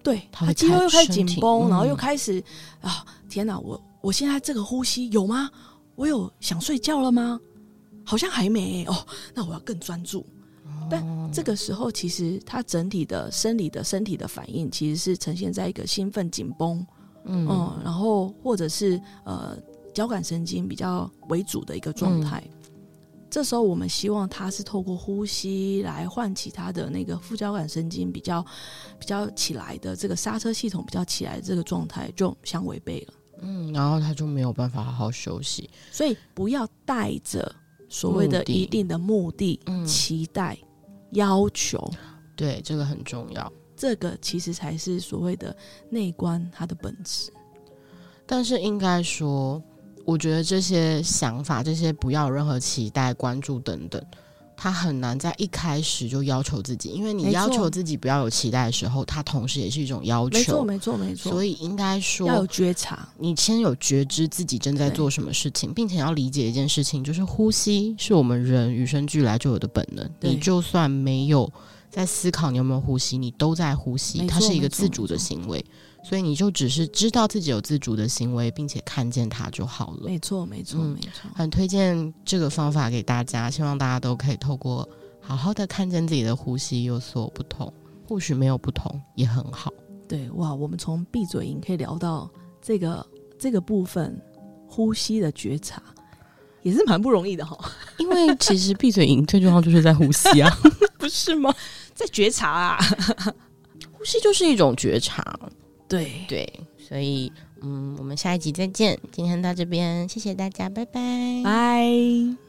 [SPEAKER 2] 对，
[SPEAKER 1] 它
[SPEAKER 2] 它
[SPEAKER 1] 会
[SPEAKER 2] 肌肉
[SPEAKER 1] 开
[SPEAKER 2] 又开始
[SPEAKER 1] 身
[SPEAKER 2] 紧
[SPEAKER 1] 体
[SPEAKER 2] 绷，然后
[SPEAKER 1] 嗯
[SPEAKER 2] 又开始啊，天哪，我我现在这个呼吸有吗？我有想睡觉了吗？好像还没、哦，那我要更专注。
[SPEAKER 1] 哦
[SPEAKER 2] 但这个时候，其实它整体的生理的身体的反应，其实是呈现在一个兴奋、紧绷，
[SPEAKER 1] 嗯
[SPEAKER 2] 嗯，然后或者是呃交感神经比较为主的一个
[SPEAKER 1] 嗯
[SPEAKER 2] 状态。这时候我们希望它是透过呼吸来唤起它的那个副交感神经比较比较起来的这个刹车系统比较起来的这个状态就相违背了。
[SPEAKER 1] 嗯，然后他就没有办法好好休息。
[SPEAKER 2] 所以不要带着所谓的
[SPEAKER 1] 目的
[SPEAKER 2] 一定的目的、
[SPEAKER 1] 嗯
[SPEAKER 2] 期待、要求，
[SPEAKER 1] 对，这个很重要。
[SPEAKER 2] 这个其实才是所谓的内观它的本质。
[SPEAKER 1] 但是应该说，我觉得这些想法、这些不要有任何期待、关注等等，他很难在一开始就要求自己，因为你
[SPEAKER 2] 没错
[SPEAKER 1] 要求自己不要有期待的时候，它同时也是一种要
[SPEAKER 2] 没错，
[SPEAKER 1] 求。
[SPEAKER 2] 没错，没错。
[SPEAKER 1] 所
[SPEAKER 2] 以
[SPEAKER 1] 以应该说，
[SPEAKER 2] 要有觉察，
[SPEAKER 1] 你先有觉知自己正在做什么事情，并且要理解一件事情，就是呼吸是我们人与生俱来就有的本能。
[SPEAKER 2] 对
[SPEAKER 1] 你就算没有在思考你有没有呼吸，你都在呼吸，
[SPEAKER 2] 没错
[SPEAKER 1] 它是一个
[SPEAKER 2] 没错
[SPEAKER 1] 自主的行为。所以你就只是知道自己有自主的行为，并且看见它就好了。
[SPEAKER 2] 没错，没错，
[SPEAKER 1] 嗯
[SPEAKER 2] 没错。
[SPEAKER 1] 很推荐这个方法给大家，希望大家都可以透过好好的看见自己的呼吸有所不同，或许没有不同也很好。
[SPEAKER 2] 对，哇，我们从闭嘴营可以聊到这个这个部分，呼吸的觉察也是蛮不容易的哈，
[SPEAKER 1] 因为其实闭嘴营最重要就是在呼吸啊。
[SPEAKER 2] <laughs> 不是吗？ <laughs> 在觉察啊，
[SPEAKER 1] 呼吸就是一种觉察，
[SPEAKER 2] 对，
[SPEAKER 1] 对，所以嗯，我们下一集再见，今天到这边，谢谢大家，拜拜，
[SPEAKER 2] 拜。